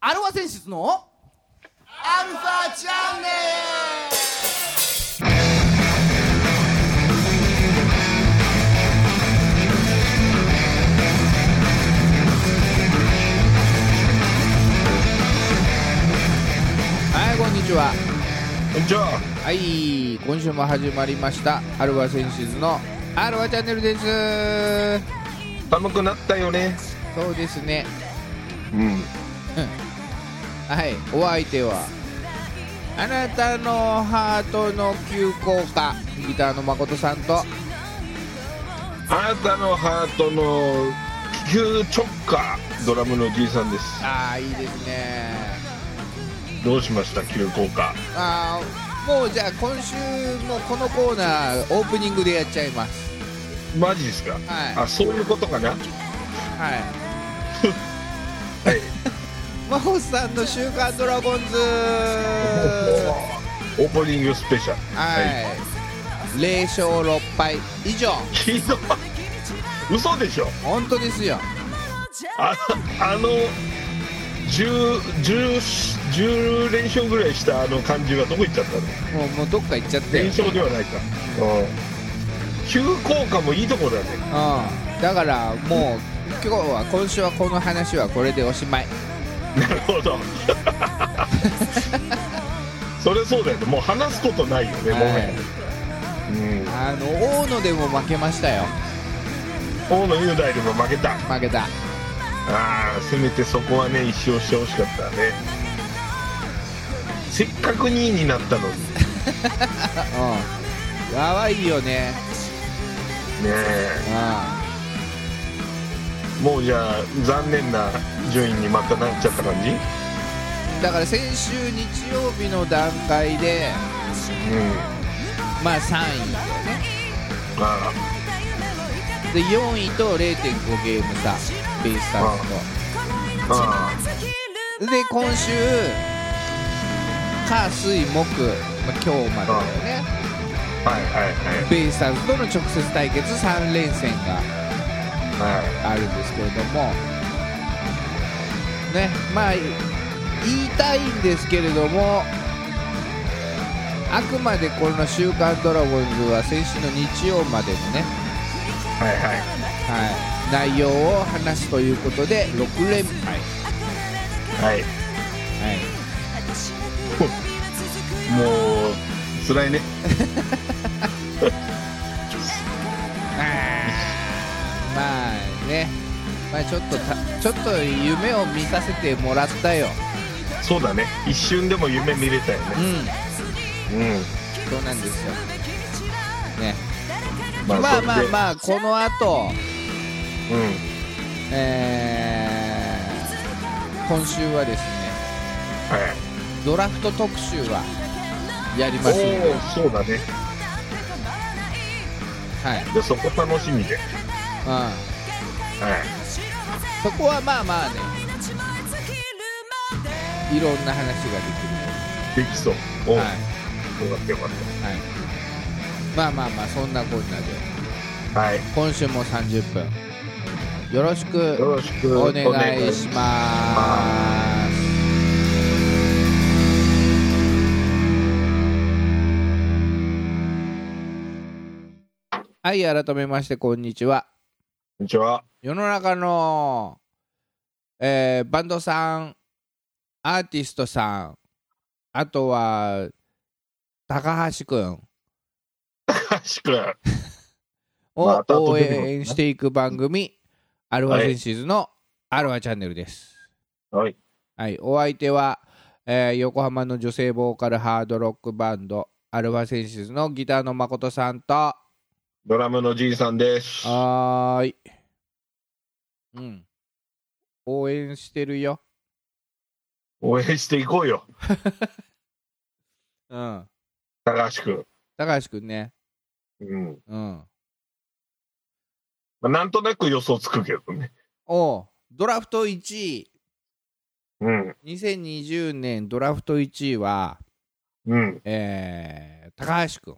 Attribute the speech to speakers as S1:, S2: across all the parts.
S1: アルファ選出のアルファチャンネルはいこんにちは
S2: こんにちは。
S1: はい今週も始まりましたアルファ選出のアルファチャンネルです
S2: 寒くなったよね。
S1: そうですね
S2: うん。
S1: はい、お相手はあなたのハートの急降下ギターの誠さんと
S2: あなたのハートの急直下ドラムのじいさんです。
S1: ああいいですね
S2: どうしました急降下。
S1: あーもうじゃあ今週もこのコーナーオープニングでやっちゃいます
S2: マジですか。
S1: はい
S2: あ、そういうこ とかな。はい。
S1: はい真帆さんの「週刊ドラゴンズ」
S2: オープニングスペシャル。
S1: はい0勝6敗以上
S2: ひどい。嘘でしょ。
S1: 本当ですよ
S2: あ、あの。十、十、十連勝ぐらいしたあの感じはどこ行っちゃったの。
S1: もうもうどっか行っちゃった
S2: 連
S1: よ
S2: 勝ではないか。うん。急降下もいいところだね。
S1: うん、だからもう今日は今週はこの話はこれでおしまい
S2: なるほど それそうだよねもう話すことないよね、もはやうん
S1: あの大野でも負けましたよ
S2: 大野雄大でも負けた
S1: 負けた
S2: ああせめてそこはね一勝してほしかったねせっかく2位になったのにね
S1: うんやばいよね
S2: え
S1: う
S2: もうじゃあ残念な順位にまたなっちゃった感じうん
S1: んだから先週日曜日の段階でまあ3位
S2: あ
S1: だよねで4位と0.5ゲーム差ベイスターズ
S2: ああ
S1: とで今週火水木、まあ、今日までだよね
S2: あはいはい
S1: ベイスターズとの直接対決3連戦が
S2: はいは
S1: あ
S2: い
S1: るんですけれどもねまあ言いたいんですけれどもあくまでこの「週刊ドラゴンズ」は先週の日曜までのね、
S2: はいはい
S1: はい、内容を話すということで6連敗、
S2: はい
S1: は
S2: もう辛いね
S1: い、まあね、まあ、ちょっとたちょっと夢を見させてもらったよ、
S2: そうだね一瞬でも夢見れたよね
S1: うん、
S2: うん
S1: そうなんですよ、ね、
S2: ま
S1: ま
S2: あ、
S1: あまあ
S2: まあまあ
S1: まあ
S2: まあ、
S1: まあこの後
S2: うん、
S1: えー今週はですね
S2: はい。
S1: ドラフト特集はやり
S2: お
S1: ますんで、
S2: お、そうだね。
S1: はい
S2: じゃあそこ楽しみで。は
S1: う
S2: い。
S1: ん、そこはまあまあねいろんな話がで
S2: できそう。お
S1: き
S2: お、
S1: る、は
S2: よ
S1: いは
S2: かったよかっ
S1: い、まあまあまあそんなこんなで
S2: た。はい。
S1: 今週も30分よろし
S2: よ
S1: く
S2: ろしく
S1: お
S2: お
S1: 願
S2: 願
S1: い
S2: い
S1: し
S2: し
S1: ま
S2: ます
S1: はい改めましてこんにちは
S2: こんにちは。
S1: 世の中の、えーバンドさんアーティストさんあとは高橋くん
S2: かしく。はま
S1: を
S2: た後
S1: 応
S2: で見るのかな
S1: 援していく番組「アルファセンシズ」の「アルファチャンネル」です。
S2: い。
S1: はい、お相手は、えー横浜の女性ボーカルハードロックバンドアルファセンシズのギターの誠さんとは
S2: ドラムのじいさんです。
S1: ーい、うん、応援してるよ、
S2: 応援していこうよ。
S1: うん、
S2: 高橋く
S1: 高橋くんね、
S2: ん。うん。
S1: うん、
S2: まあ、なんとなく予想つくけどね。
S1: おうドラフト1位
S2: うん。
S1: 2020年ドラフト1位は、
S2: うん。
S1: えー高橋く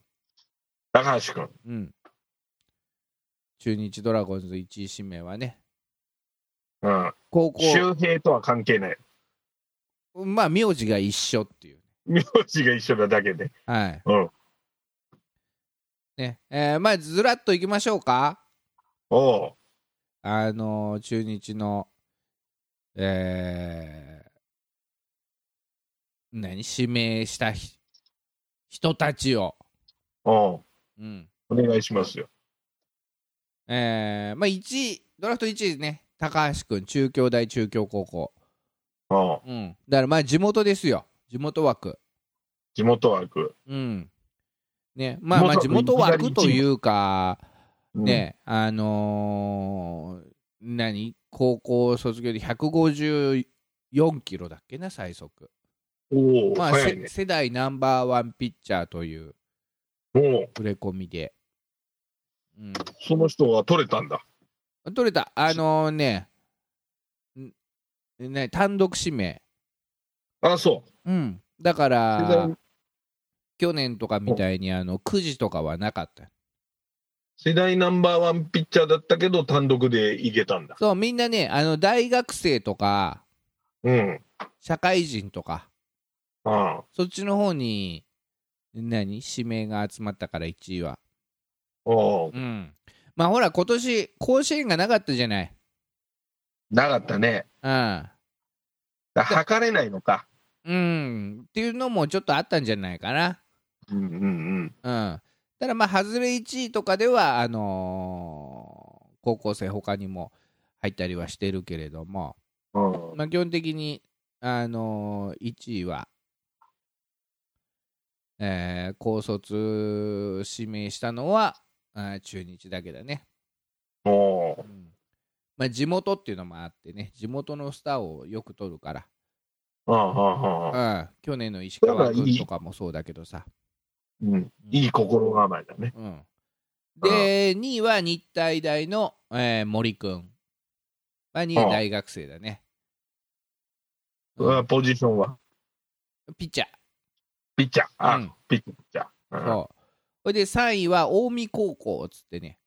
S2: 高橋くん。
S1: ん、うん、中日ドラゴンズ1位指名はね
S2: うん。
S1: 高校
S2: 周平とは関係ない。
S1: まあ、名字が一緒っていう。
S2: 名字が一緒なだけで。
S1: はい。
S2: うん。
S1: ね。えーまあ、ずらっといきましょうか。
S2: おう
S1: あのー中日の、えー何指名したひ人たちを。
S2: おう
S1: うん。
S2: お願いしますよ。
S1: えーまあ、1位、ドラフト1位ね。高橋君、中京大中京高校。
S2: おう
S1: うん。だから、まあ、地元ですよ。地元枠。
S2: 地元枠。
S1: うん。ね、まあまあ地
S2: 地元
S1: 元
S2: は
S1: 枠というか、
S2: うん、
S1: ね、あのー何高校卒業で154キロだっけな、最速。
S2: おお、
S1: まあ、
S2: 早
S1: せ
S2: いね。
S1: 世代ナンバーワンピッチャーという
S2: おう
S1: 触れ込みで。うん。
S2: その人は取れたんだ。
S1: 取れた、あのーね、んね、単独指名。
S2: あ、そう。
S1: うん。だか
S2: 世代
S1: ら、去年とかみたいに、あの、くじとかはなかった。
S2: 世代ナンバーワンピッチャーだったけど、単独でいけたんだ。
S1: そう、みんなね、あの、大学生とか、
S2: うん。
S1: 社会人とか
S2: ああ。
S1: そっちの方に何指名が集まったから1位は
S2: おう
S1: うんまあほら今年甲子園がなかったじゃない
S2: なかったね。
S1: うん
S2: だ測れないのか。
S1: うんっていうのもちょっとあったんじゃないかな
S2: うんうんうん。
S1: うんただまあ外れ1位とかではあのー高校生他にも入ったりはしてるけれども
S2: うん
S1: まあ基本的にあのー1位はえー高卒指名したのはあー中日だけだね
S2: おう
S1: うんまあ、地元っていうのもあってね、地元のスターをよく取るから、
S2: ああああああ
S1: うん、去年の石川君とかもそうだけどさ。
S2: うんいい心構えだね。
S1: うん、で、2位は日体大の、えー森君。まあ、2位は大学生だね。
S2: う
S1: うん
S2: わポジションは
S1: ピッチャー。
S2: ピッチャー。あ、
S1: うん
S2: ピッチャー。
S1: そうそれで3位は近江高校っつってね、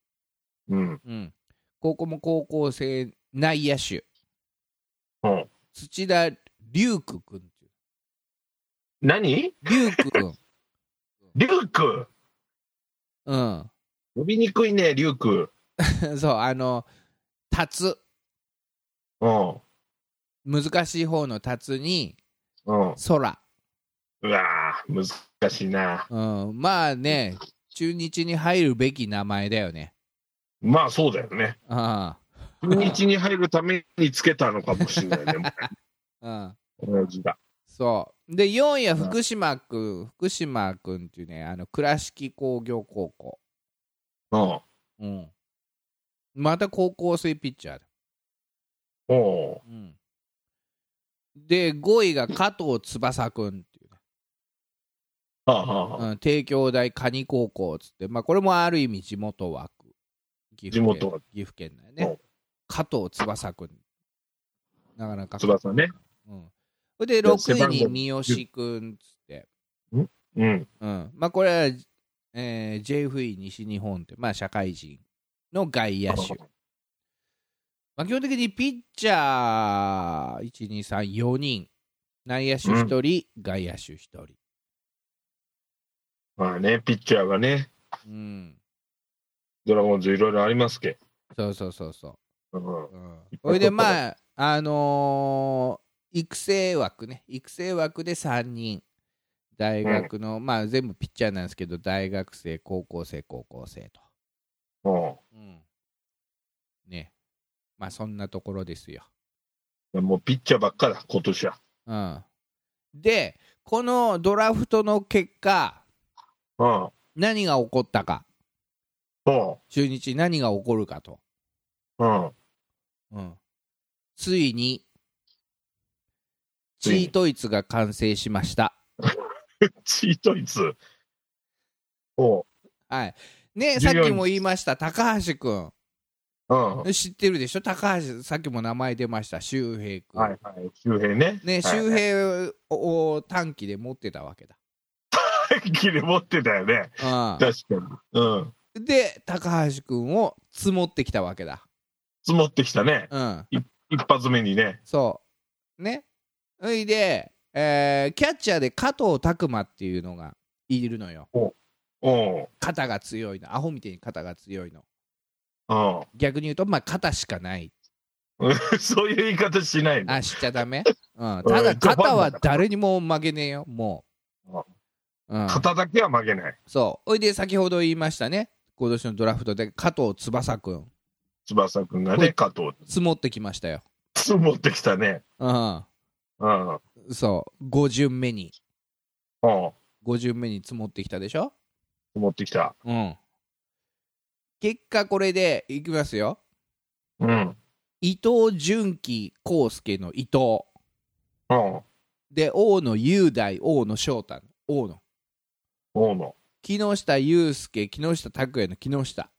S2: うん。
S1: うん、ここも高校生内野手、
S2: うん。
S1: 土田龍空君っていう。
S2: 何
S1: 龍空君。
S2: リュウク
S1: うん
S2: 呼びにくいね、リュウク。
S1: そう、あの、タツ、
S2: うん。
S1: 難しい方のタツに、
S2: うん。
S1: 空。
S2: うわぁ、難しいな。
S1: うん、まあね、中日に入るべき名前だよね。
S2: まあそうだよね。
S1: うん。
S2: 中日に入るためにつけたのかもしれないね、 も
S1: うん。
S2: う親父が。
S1: そう。で、4位は福島君、福島君っていうね、あの、倉敷工業高校。
S2: うん。
S1: うん。また高校生ピッチャーだ。
S2: おう
S1: うん。で、5位が加藤翼君っていうね、
S2: ああああ
S1: うん、帝京大蟹高校っつって、まあ、これもある意味地元枠岐
S2: 地元枠
S1: 岐阜県だよね、
S2: うん
S1: 加藤翼君なかなか
S2: 翼ね、
S1: うん、それで
S2: 背
S1: 6
S2: 番
S1: 位
S2: 号
S1: に三好君っつって、
S2: うん。
S1: うんまあ、これは、えー JFE 西日本って、まあ、社会人の外野手、まあ、基本的にピッチャー1234人内野手1人、外野手1人
S2: まあね、ピッチャーがね、
S1: うん
S2: ドラゴンズいろいろありますけ
S1: そうそうそうそう
S2: ど。うん。
S1: うんそれでまああのー育成枠ね育成枠で3人大学の、まあ全部ピッチャーなんですけど大学生高校生高校生と、
S2: うん
S1: ねまあそんなところですよ、
S2: いやもうピッチャーばっかだ、今年は。
S1: うん、でこのドラフトの結果
S2: うん。
S1: 何が起こったか
S2: うん。
S1: 中日何が起こるかと、
S2: うん。
S1: うん、ついにチ
S2: ついに
S1: ートイツが完成しました
S2: チートイツ。おう。
S1: はい。ね、さっ
S2: 14
S1: きも言いました、高橋君
S2: うん。はい
S1: 知ってるでしょ、高橋、さっきも名前出ました、周平君
S2: はい。周平ね。
S1: ね、
S2: はい
S1: 周。平を短期で持ってたわけだ。
S2: 切れ持ってたよね。
S1: う
S2: 確かに。うん。
S1: ん、で、高橋君を積もってきたわけだ。
S2: 積もってきたね。
S1: うん、
S2: 一発目にね。
S1: そう。ね。そいで、えーキャッチャーで加藤拓磨っていうのがいるのよ。
S2: うん。
S1: 肩が強いの。アホみたいに肩が強いの。
S2: うん。
S1: 逆に言うと、まあ、肩しかない。
S2: そういう言い方しないの。
S1: あ、しちゃダメ。うん、ただ、肩は誰にも曲げねえよ、もう。うん、
S2: 肩だけは曲げない。
S1: そう。おいで、先ほど言いましたね。今年のドラフトで加藤翼くん、
S2: 翼くんが
S1: は
S2: ね、
S1: い
S2: 加藤。
S1: 積もってきましたよ。
S2: 持ってきたね。
S1: うん。
S2: うん。うん。
S1: そう。5巡目に。
S2: 持
S1: 5巡目に積もってきたでしょ
S2: ってきた。
S1: うん。結果、これで、いきますよ。
S2: うん。
S1: 伊藤純喜、康介の伊藤。
S2: うん。
S1: で、大野雄大、大野翔太、大野。
S2: 大野。
S1: 木下雄介、木下拓也の木下。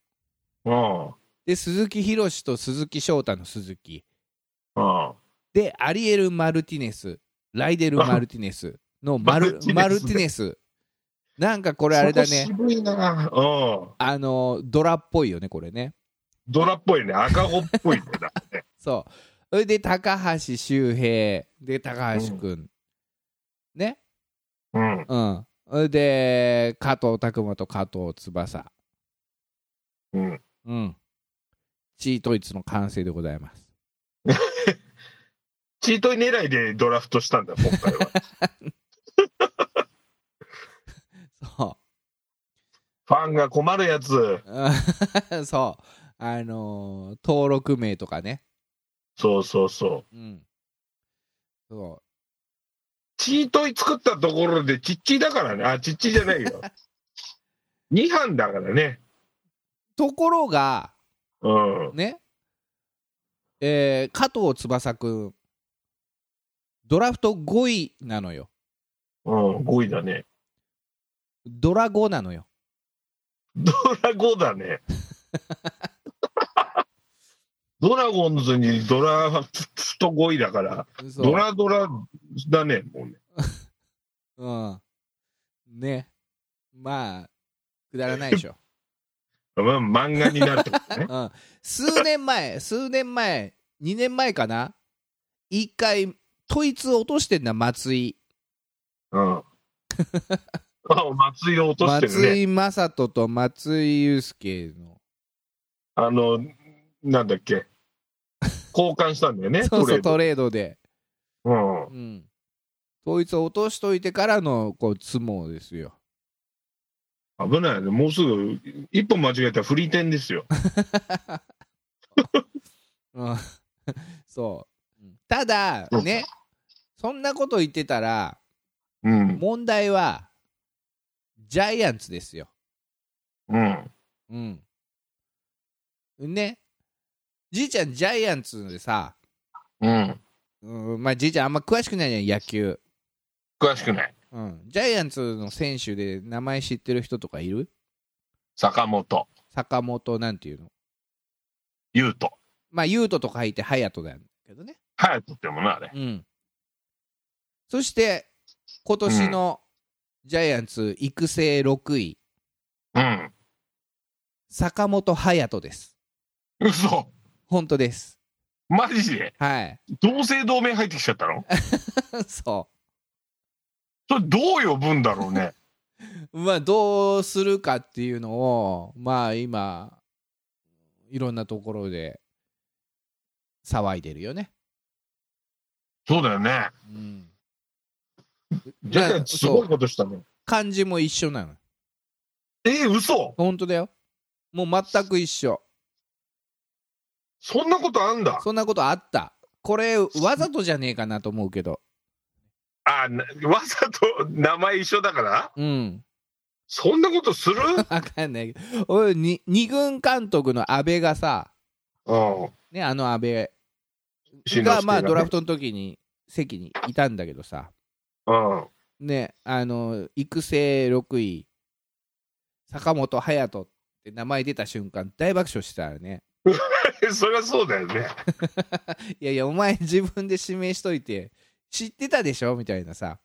S2: うん。
S1: で、鈴木博士と鈴木翔太の鈴木。
S2: うん。
S1: で、アリエル・マルティネス、ライデル・マルティネスのマルマ
S2: マ
S1: ル
S2: ル
S1: テ
S2: テ
S1: ィ
S2: ィ
S1: ネ
S2: ネ
S1: ス。なんかこれあれだね
S2: そ、こ渋いな。うん。
S1: あの、ドラっぽいよね、これね。
S2: ドラっぽいね。赤子っぽいね。だってね
S1: そう。それで、高橋周平、で、高橋くん。ね。
S2: うん。
S1: うん。それで、加藤拓磨と加藤翼。
S2: うん。
S1: うん。チートイツの完成でございます。
S2: チートイ狙いでドラフトしたんだ、今回 は。
S1: そ
S2: ファンが困るやつ。
S1: う。 そう。あのー登録名とかね。
S2: そうそうそう。
S1: うん。そう。
S2: チートイ作ったところでチッチーだからね。あ、チッチーじゃな いよ。2班だからね。
S1: ところが、
S2: うん。
S1: ね、えー加藤翼くん、ドラフト5位なのよ。
S2: うん。5位だね。
S1: ドラ5なのよ。
S2: ドラゴ だね。ドラゴンズにドラフト5位だから、
S1: そう
S2: ドラドラだね、もうね。
S1: うん。ね。まあ、くだらないで しょ。。
S2: まあ漫画になるってこと ね
S1: うん。数年前、数年前、2年前かな一回、統一落としてんだ、松井。
S2: うん。あ松井を落としてる
S1: 松
S2: ね。
S1: 井正人と松井祐介の。
S2: あの、なんだっけ。交換したんだよね、
S1: そうそう、
S2: ト
S1: ト
S2: レ
S1: レ
S2: ー
S1: ードで。
S2: ド。うん。
S1: うん。統一を落としといてからの、こう、相撲ですよ。
S2: 危ないね。もうすぐ、一歩間違えたらフリーテンですよ。
S1: うん、 そう。ただ、
S2: うん
S1: ね、そんなこと言ってたら、
S2: うん。
S1: 問題は、ジャイアンツですよ。
S2: うん。
S1: うん。ね。じいちゃん、ジャイアンツでさ、
S2: うん。
S1: うん、まあ、じいちゃん、あんま詳しくないじゃん、野球。
S2: 詳しくない。
S1: うん。ジャイアンツの選手で名前知ってる人とかいる
S2: 坂本、
S1: 坂本なんていうの
S2: 優斗。
S1: まあ、優斗と書いて、隼人だけどね。
S2: 隼人ってもな、あれ。
S1: うん。そして、今年のジャイアンツ育成6位、
S2: うん。
S1: 坂本勇人です。
S2: 嘘
S1: 本当です。
S2: マジで
S1: はい。
S2: 同姓同名入ってきちゃったの
S1: そ
S2: それどう呼ぶんだろうね。
S1: う。まあ、どうするかっていうのを、まあ、今、いろんなところで騒いでるよね。
S2: そうだよね。
S1: うん。
S2: ジャイアンツすごいことしたの。
S1: 漢字も一緒なの。
S2: えー、嘘
S1: 本当だよ。もう全く一緒。
S2: そんなことあんだ。
S1: そんなことあった。これ、わざとじゃねえかなと思うけど。
S2: あ、なわざと名前一緒だから
S1: うん。
S2: そんなことする
S1: わかんないけど俺に二軍監督の阿部がさ、
S2: うん。
S1: ね、あの阿部
S2: しんのす
S1: が、
S2: け
S1: まあ、ドラフトの時に席にいたんだけどさ、
S2: ト。
S1: ね、あの育成6位、坂本勇人って名前出た瞬間、大爆笑してたよね。
S2: うん。そりゃそうだよね。
S1: いやいや、お前、自分で指名しといて、知ってたでしょみたいなさ、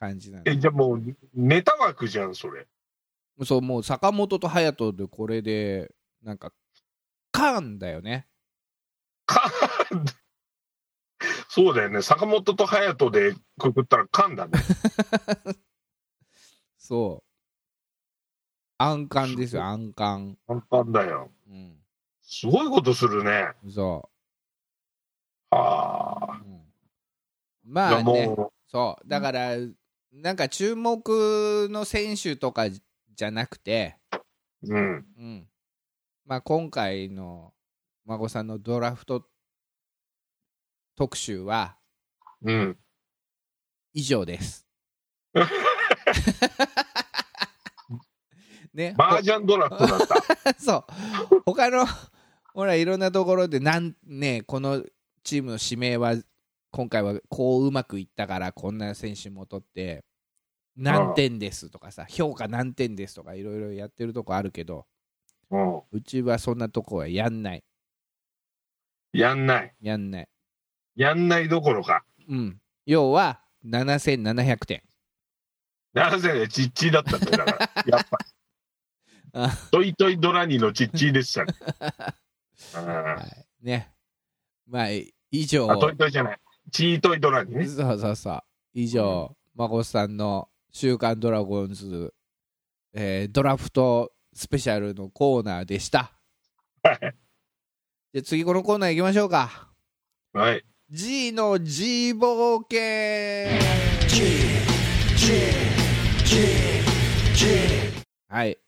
S1: 感じな
S2: え、じゃあもう、ネタ枠じゃん、それ。
S1: の。そう、もう坂本と隼人で、これで、なんか、カーンだよね。
S2: かそうだよね。坂本と隼人でくくったら噛 んだね。
S1: そう。安官ですよ、安官。
S2: 簡単だよ。
S1: うん。
S2: すごいことするね。
S1: そ
S2: あ
S1: う。
S2: あ。
S1: うん
S2: い
S1: ま
S2: や
S1: あ
S2: もう、
S1: ね、そう。だから、なんか注目の選手とかじゃなくて、
S2: うん。
S1: うん。まあ今回の孫さんのドラフト特集は
S2: うん。
S1: 以上 です。ね、
S2: 麻雀ドラフトだ った。
S1: そう他のほらいろんなところでなんねこのチームの指名は今回はこううまくいったからこんな選手も取って何点ですとかさ評価何点ですとかいろいろやってるとこあるけど
S2: うん。
S1: うちはそんなとこはやんない
S2: やんない。
S1: やんない
S2: やんないどころか。
S1: うん要は7700点
S2: なぜね、チッチーだったんだよ。だから、やっぱ。
S1: あ
S2: トイトイドラニーのチッチーでし たね。
S1: は
S2: あ
S1: いねまあ以上
S2: あ、トイトイじゃない。チートイドラニーね。
S1: そうそうそう。以上、孫さんの「週刊ドラゴンズ、えードラフトスペシャル」のコーナーでした。
S2: はい
S1: じゃあ次このコーナー行きましょうか。
S2: はい。
S1: G の G 冒険はい。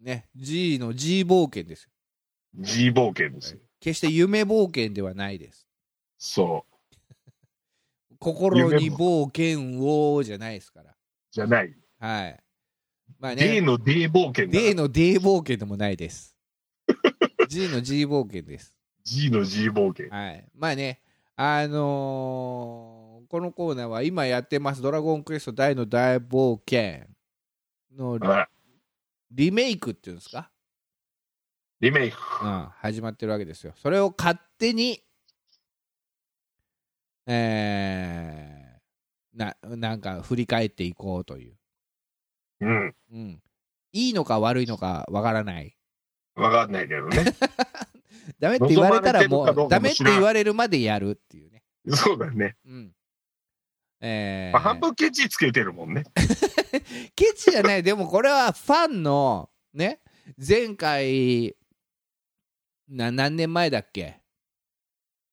S1: ね、G の G 冒険ですよ。
S2: G 冒険ですよ。
S1: 決して夢冒険ではないです。
S2: そう。
S1: 心に
S2: 夢
S1: 冒険をじゃないですから。
S2: じゃない。
S1: はい。まあ
S2: D の D 冒険だ
S1: D の D 冒険でもない です。G の G 冒険です。
S2: G の G 冒険。
S1: はい。まあね、あのーこのコーナーは今やってます、ドラゴンクエスト大の大冒険のリ
S2: はい
S1: リメイクっていうんですか、
S2: リメイク。
S1: うん、始まってるわけですよ。それを勝手に、えーな、なんか振り返っていこうという。
S2: うん。
S1: うん。いいのか悪いのかわからない。
S2: わかんないけど ね。
S1: ダメって言われたらも
S2: 望まれてるかど
S1: う
S2: うか
S1: ダ
S2: も
S1: メって
S2: 知らん
S1: 言われるまでやるっていうね。
S2: そうだね。
S1: うん。え
S2: まあ、半
S1: ー、
S2: 分ケチつけてるもんね。
S1: ケチじゃない、でもこれはファンのね、前回な、何年前だっけ、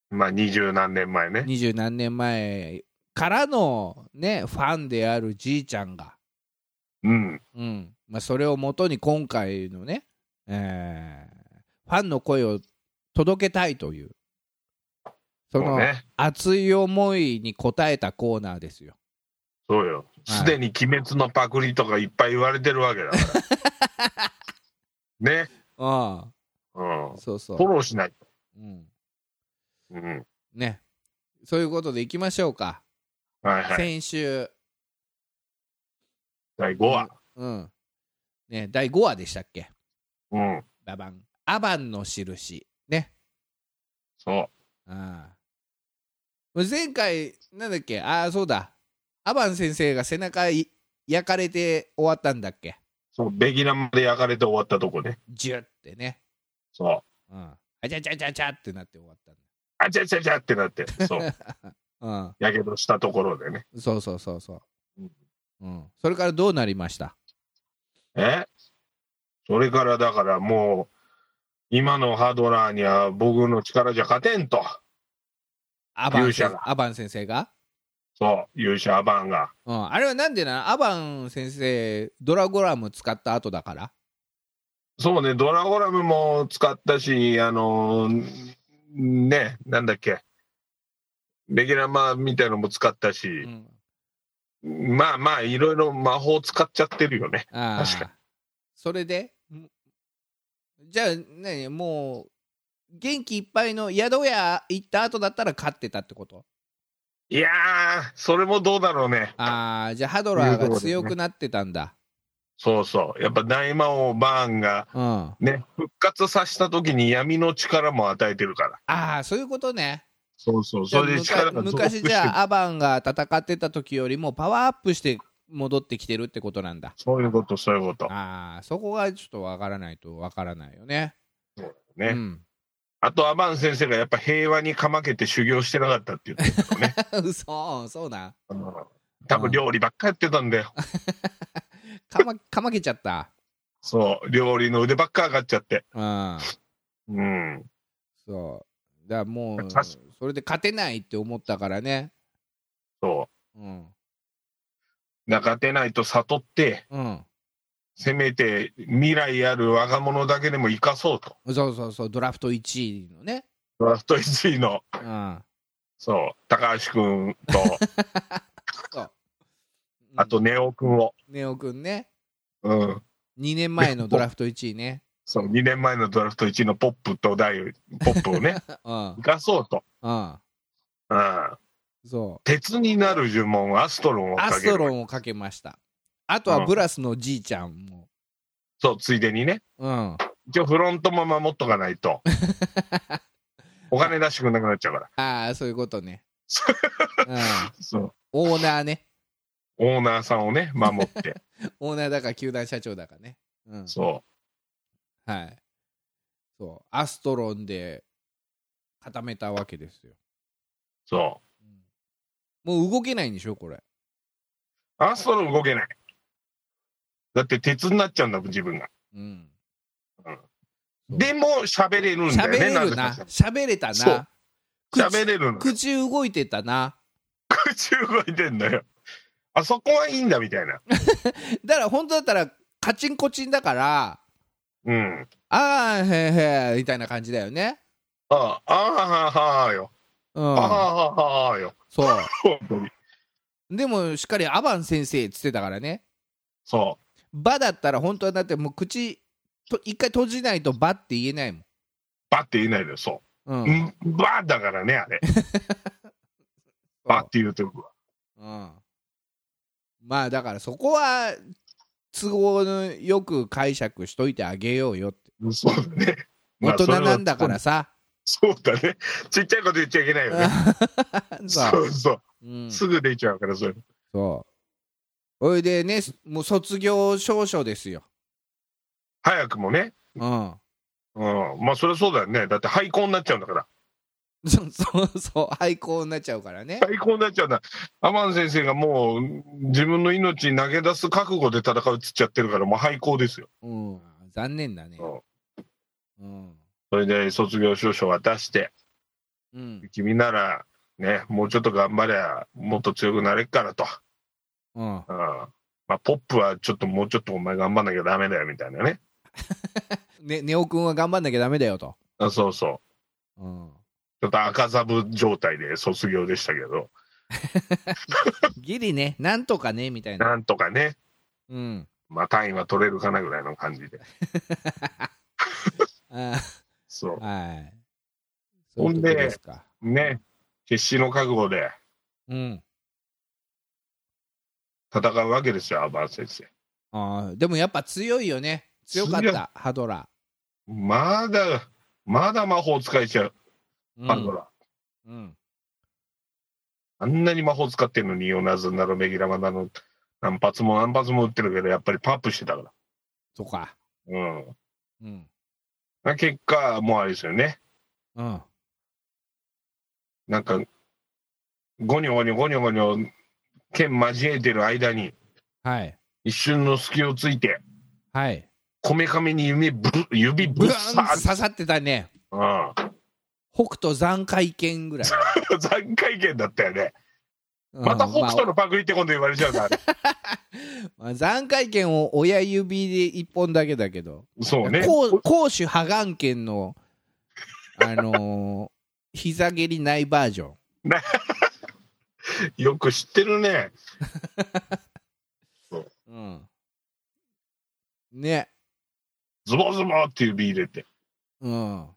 S2: まあ、二十何年前ね。
S1: 二十何年前からのね、ファンであるじいちゃんが、
S2: うん。
S1: うんまあ、それをもとに今回のね、えーファンの声を届けたいという、そ
S2: そう
S1: の
S2: ね。
S1: 熱い思いに応えたコーナーですよ。
S2: そうよ。
S1: はい
S2: すでに鬼滅のパクリとかいっぱい言われてるわけだから。 ね。
S1: あ
S2: うん
S1: あ、。そうそ
S2: フ
S1: う
S2: ォ。ローしない。
S1: うん、
S2: うん。
S1: ね。そういうことでいきましょうか。
S2: はいはい。
S1: 先週、
S2: 第5話。
S1: うん。ね、第5話でしたっけ
S2: うん。
S1: ババン。アバンの印。ね。
S2: そう。
S1: ああ前回、なんだっけああ、そうだ。アバン先生が背中い焼かれて終わったんだっけ
S2: そう。ベギナムで焼かれて終わったとこね。
S1: ジュッってね。
S2: そう。
S1: うん。あちゃちゃちゃちゃってなって終わったん
S2: あちゃちゃちゃってなって。 そう。
S1: だ。
S2: やけどしたところでね。。
S1: うん。そうそうそうそううんうん。それからどうなりました
S2: えそれからだからもう、今のハードラーには僕の力じゃ勝てんと。
S1: アバン
S2: 勇
S1: 先
S2: 者が
S1: アバン先生が
S2: そう。勇者アバンが。
S1: うん、あれはなんでなアバン先生ドラゴラム使った後だから
S2: そうね、ドラゴラムも使ったし、あのーね、なんだっけ、レギュラーマーみたいのも使った
S1: う
S2: し、
S1: ん、
S2: まあまあ、いろいろ魔法使っちゃってるよね。
S1: あ
S2: 確か
S1: あそれでんじゃあ何もう元気いっぱいの宿屋行った後だったら勝ってたってこと
S2: いやー、それもどうだろうね。
S1: ああじゃあハドラー
S2: そうい
S1: が
S2: うことですね
S1: 強くなってたんだ
S2: そうそう。やっぱ大魔王バーンが
S1: うんあ
S2: ね、復活させた時に闇の力も与えてるから。
S1: あそういうことね
S2: そうそう。それで
S1: じゃあ
S2: 力
S1: むか
S2: が増幅
S1: 昔
S2: して
S1: じゃ
S2: る。
S1: あアバンが戦ってた時よりもパワーアップして戻ってきてるってことなんだ
S2: そういうこと、そういうこと。
S1: ああそこがちょっとわからないとわからないよね
S2: そうだね。
S1: うん、
S2: あとアマン先生がやっぱ平和にかまけて修行してなかったっていう、ね、
S1: 嘘そうなん
S2: あの多分料理ばっかやってたんだよ
S1: かま かまけちゃった
S2: そう料理の腕ばっか上がっちゃって
S1: うん
S2: うん
S1: そうだからもう
S2: 確
S1: それで勝てないって思ったからね
S2: そ
S1: うん
S2: う中手ないと悟って
S1: うん
S2: せめて未来ある若者だけでも生かそうと
S1: そうそうそうドラフト1位のね
S2: ドラフト1位の
S1: うん
S2: そう高橋君と あと
S1: ね
S2: ネオ君を、
S1: ネオくんね
S2: うん、
S1: 2年前のドラフト1位ね
S2: そう2年前のドラフト1位のポップとダイポップをね
S1: うん
S2: 生かそうと、
S1: うん
S2: うん、
S1: そう
S2: 鉄になる呪文アストロンを
S1: ア
S2: か
S1: ス
S2: け
S1: ト
S2: る
S1: ロンをかけましたあとはブラスのじいちゃんも
S2: そうついでにね
S1: うん
S2: 一応フロントも守っとかな いとお金出してくれなくなっちゃうから
S1: ああそういうこと ね、うん、
S2: そう
S1: オーナーね
S2: オーナーさんをね守って
S1: オーナーだか球団社長だかね、うん、
S2: そ
S1: はいそうアストロンで固めたわけですよ、
S2: うそう
S1: うんもう動けないんでしょこれ
S2: アストロン動けないだって鉄になっちゃうんだもん自分が
S1: うんそう
S2: でも喋れるんだ
S1: 喋
S2: よね
S1: れる
S2: ぜ
S1: な
S2: か
S1: 喋れた
S2: そう
S1: な
S2: 喋
S1: 口
S2: れるの
S1: 口動いてたな
S2: 口動いてんだよあそこはいいんだみたいな
S1: だから本当だったらカチンコチンだから
S2: うん
S1: あーへーへーみたいな感じだよね
S2: ああああははよ
S1: うん
S2: ああははよ
S1: そ
S2: 本当に
S1: うでもしっかりアバン先生っつってたからね
S2: そ
S1: バだったら本当はだってもう口と一回閉じないとバって言えないもん
S2: うバッて言えないでそうう、
S1: ん、
S2: うん、バーだからねあ れバッて言うとこは
S1: うん、まあだからそこは都合のよく解釈しといてあげようよって
S2: そうだね。ま
S1: 大
S2: あ
S1: 人なんだから。さ、
S2: それはそうだね。ちっちゃいこと言っちゃいけないよね。
S1: そ
S2: そううそう。
S1: うん
S2: すぐ出ちゃうから、それ。
S1: そうおいでねもう卒業証書ですよ、
S2: 早くもね。
S1: うん、
S2: うん。まあ、そりゃそうだよね。だって廃校になっちゃうんだから。
S1: そうそうそう廃校になっちゃうからね
S2: 廃校になっちゃうんだ。アマン先生がもう、自分の命投げ出す覚悟で戦うっつっちゃってるから、もう廃校ですよ。
S1: うん、残念だね。
S2: うん
S1: うん。
S2: それで卒業証書渡して、
S1: うん。
S2: 君なら、ね、もうちょっと頑張りゃ、もっと強くなれっからと。
S1: うん。
S2: うん。まあ、ポップはちょっともうちょっとお前頑張んなきゃダメだよ、みたいなね。
S1: ね、ネオくんは頑張んなきゃダメだよと。
S2: あそうそう。
S1: うん。
S2: ちょっと赤ザブ状態で卒業でしたけど、
S1: ギリね、なんとかね、みたいな。
S2: なんとかね、
S1: うん。
S2: まあ、単位は取れるかなぐらいの感じで。
S1: あ
S2: そ
S1: はい。
S2: ほんで
S1: そういうことすか。
S2: う。ね。決死の覚悟で
S1: うん。
S2: 戦うわけですよ、アバン先生。
S1: あーでもやっぱ強いよね。強かっ
S2: 強い
S1: た、ハドラ。
S2: まだ、まだ魔法使いちゃう、
S1: うん
S2: パンドラ。
S1: うん。
S2: あんなに魔法使ってんのに、ヨナズンだの、メギラマだの、何発も何発も撃ってるけど、やっぱりパンプしてたか
S1: そうか。
S2: ら。うん
S1: うん。
S2: まあ。結果、もうあれですよね。
S1: うん。
S2: なんか、ゴニョゴニョゴニョゴニョ、剣交えてる間に、
S1: はい。
S2: 一瞬の隙をついて、
S1: はい。
S2: こめかみに指ぶ指ぶ
S1: ブ
S2: っ
S1: ラ
S2: さ
S1: ーン刺さってたね。
S2: う
S1: 北斗残骸剣ぐらい。
S2: ん、 残骸剣だったよね、
S1: うん
S2: また北
S1: まあ
S2: 斗のパクリって今度言われちゃうから、
S1: まあ、残回剣を親指で一本だけだけど、
S2: そうね
S1: こう攻守破眼剣の、あのー 膝蹴りないバージョン。
S2: よく知ってるね
S1: うん、ね、
S2: ズボズボって指入れて
S1: うん。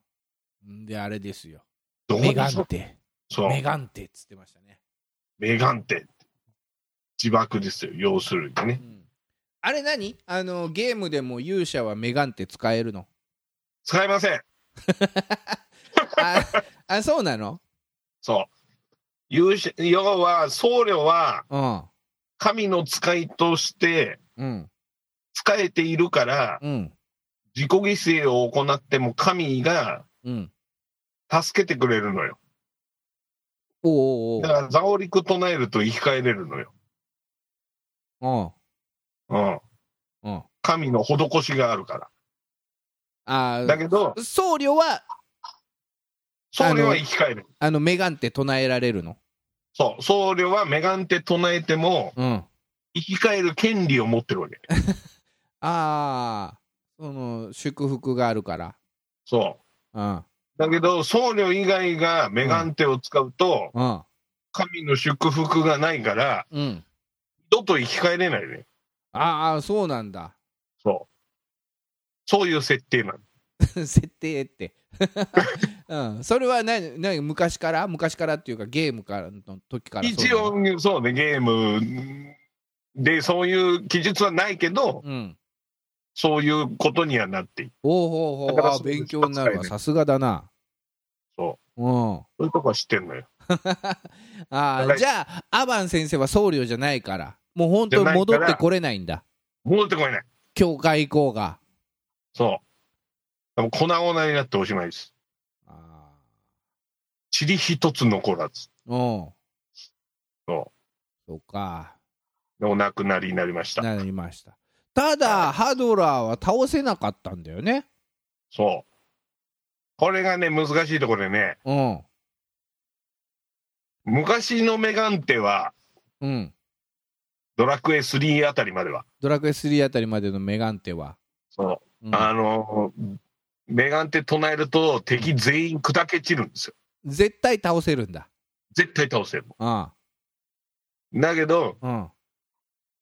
S1: で、あれですよ。
S2: ど
S1: メ
S2: で
S1: ガ
S2: そ
S1: ン
S2: う
S1: テ、
S2: そう
S1: メガンテっつってましたね。
S2: メガンテ自爆ですよ要するに
S1: う
S2: ね
S1: ん、あれ何あのゲームでも勇者はメガンテ使えるの
S2: 使えません
S1: ああ、そうなの
S2: そう勇者要は僧侶は
S1: うん。
S2: 神の使いとして
S1: うん。
S2: 使えているから
S1: うん。
S2: 自己犠牲を行っても神が
S1: うん。
S2: 助けてくれるのよ。
S1: おうおう
S2: だから、ザオリク唱えると生き返れるのよ。
S1: おう
S2: うん。
S1: うんうん
S2: 神の施しがあるか
S1: あ
S2: ら。だ
S1: ー
S2: けど、
S1: 僧侶は
S2: 僧侶は生き返る。
S1: あのメガンって唱えられるの
S2: そう。僧侶はメガンテ唱えても、
S1: うん
S2: 生き返る権利を持ってるわけ。
S1: ああその祝福があるから
S2: そう。
S1: うん
S2: だけど、僧侶以外がメガンテを使うと、
S1: うん
S2: 神の祝福がないから、
S1: うん
S2: 二度と生き返れないね。
S1: ああそうなんだ
S2: そう。そういう設定なの。
S1: 設定って うんそれは何何昔から昔からっていうかゲームからの時からそうな
S2: 一
S1: の
S2: 応、そうね、ゲームでそういう記述はないけど、
S1: うん
S2: そういうことにはなっている。
S1: おうほう
S2: だ
S1: ほう
S2: から
S1: あー勉強になるわ
S2: そういう
S1: さすがだな
S2: そう
S1: うん
S2: う。そういうとこは知ってんのよ。
S1: あ
S2: は
S1: あ
S2: い
S1: じゃあアバン先生は僧侶じゃないからもう本当に戻ってこれないんだ
S2: 戻ってこいない。
S1: 教会行こうが
S2: そう。でも粉々になっておしまいです。
S1: あ
S2: 塵一つ残らず。
S1: ーうん
S2: そ
S1: そうか
S2: う。お亡くなりになりました。
S1: なりましたただハドラーは倒せなかったんだよね
S2: そう。これがね、難しいところでね、
S1: うん
S2: 昔のメガンテは、
S1: うん
S2: ドラクエ3あたりまでは。
S1: ドラクエ3あたりまでのメガンテは、
S2: そうう。
S1: ん
S2: あの、メガンテ唱えると敵全員砕け散るんですよ。
S1: 絶対倒せるんだ
S2: 絶対倒せるも
S1: うん
S2: ん。だけど、
S1: うん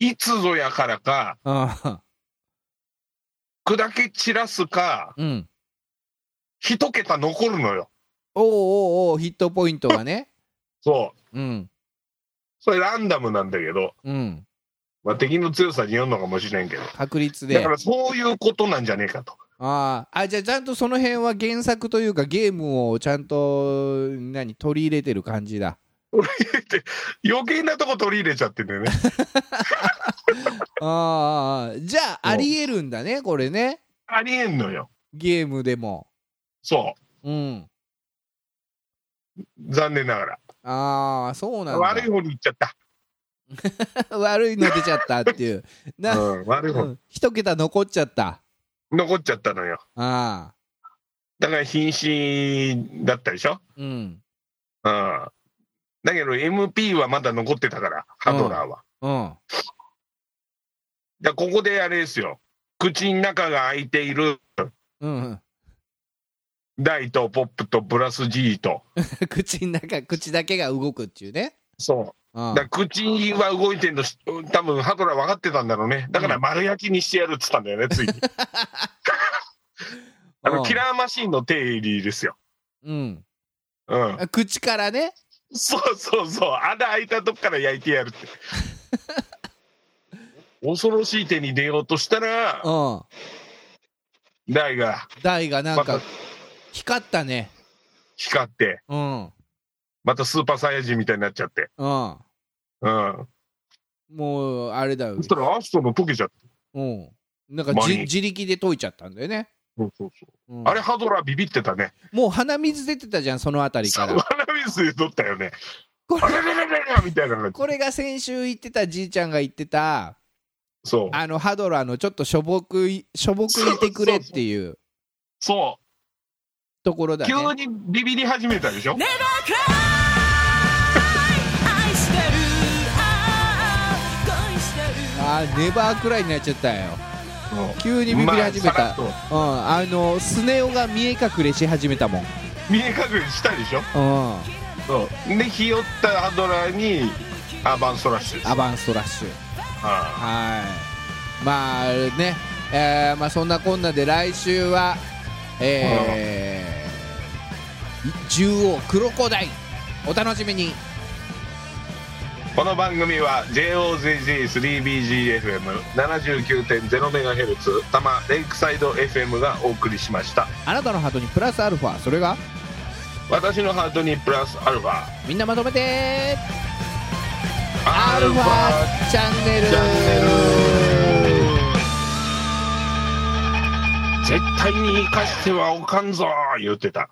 S2: いつぞやからか、
S1: うん
S2: 砕け散らすか、
S1: うん
S2: 一桁残るのよ。
S1: おうおうおうヒットポイントがね
S2: そう。
S1: うん
S2: それランダムなんだけど、
S1: うん
S2: まあ、敵の強さによるのかもしれんけど。
S1: 確率で
S2: だからそういうことなんじゃねえかと。
S1: あーあじゃあちゃんとその辺は原作というかゲームをちゃんと何取り入れてる感じだ
S2: 余計なとこ取り入れちゃってんだよね。
S1: あーあーじゃあありえるんだねこれね
S2: ありえんのよ。
S1: ゲームでも
S2: そ
S1: うん
S2: う。残念なが
S1: ああそうな
S2: ら。
S1: んだ
S2: 悪い方に行っちゃった。
S1: 悪いの出ちゃったっていうな、
S2: うん、悪いう方。
S1: ん一桁残っちゃった
S2: 残っちゃったのよ。
S1: ああ
S2: だから瀕死だったでしょ。
S1: うん
S2: うん。だけど MP はまだ残ってたから、ハドラーは。
S1: うん
S2: だからここであれですよ。口の中が開いている
S1: うんうん
S2: 大とポップとプラス G と。
S1: 口の中口だけが動くっていうね
S2: そうう。
S1: ん
S2: だから口は動いてるのし、多分ハドラー分かってたんだろうね。だから丸焼きにしてやるっつったんだよね、つい に。あ
S1: う
S2: の、
S1: ん
S2: キラーマシンの定理ですよ。
S1: うん
S2: うん。
S1: あ口からね
S2: そうそうそう。穴開いたとこから焼いてやる って。恐ろしい手に出ようとしたら
S1: う、ん
S2: 大が
S1: 台がなん
S2: ま
S1: か
S2: た
S1: 光ったね
S2: 光って、
S1: うん
S2: またスーパーサイヤ人みたいになっちゃって。
S1: うん
S2: うん。
S1: もうあれだよ
S2: そしたらアストの溶けちゃって。
S1: うんなんか
S2: マ
S1: じ
S2: ニ
S1: 自力で解いちゃったんだよね、
S2: そうそうそう。
S1: うん
S2: あれハドラービビってたね。
S1: もう鼻水出てたじゃんその辺り
S2: サ
S1: か
S2: ワ
S1: ら
S2: ラ水で取ったよね。
S1: これ
S2: あれれれれれみたいな感じ。
S1: これが先週言ってたじいちゃんが言ってた
S2: そう。
S1: あのハドラーのちょっとしょぼくいしょぼくいてくれっていう
S2: そ
S1: ところ
S2: う。
S1: だ
S2: 急
S1: ね
S2: にビビり始めたでしょ
S3: Never cry 愛してるああ恋してる
S1: あーネバーくらいになっちゃったよ
S2: そう
S1: 急にビビり始め
S2: まあさら
S1: た、
S2: っと
S1: うんあのスネ夫が見え隠れし始めたもん
S2: 見え隠れしたでしょ
S1: うん
S2: そう。で、ひよったハドラーにアバンストラッシュです。
S1: アバンストラッシュ
S2: ああ
S1: はい。まあね、えーまあそんなこんなで来週は、えー、獣王クロコダイお楽しみに。
S2: この番組は JOZZ3BGFM79.0MHz 多摩レイクサイド FM がお送りしました
S1: あなたのハートにプラスアルファ、それが
S2: 私のハートにプラスアルファ
S1: みんなまとめてア
S2: ア
S1: ルファチャンネル
S2: チャンネル絶対に生かしてはおかんぞ言ってた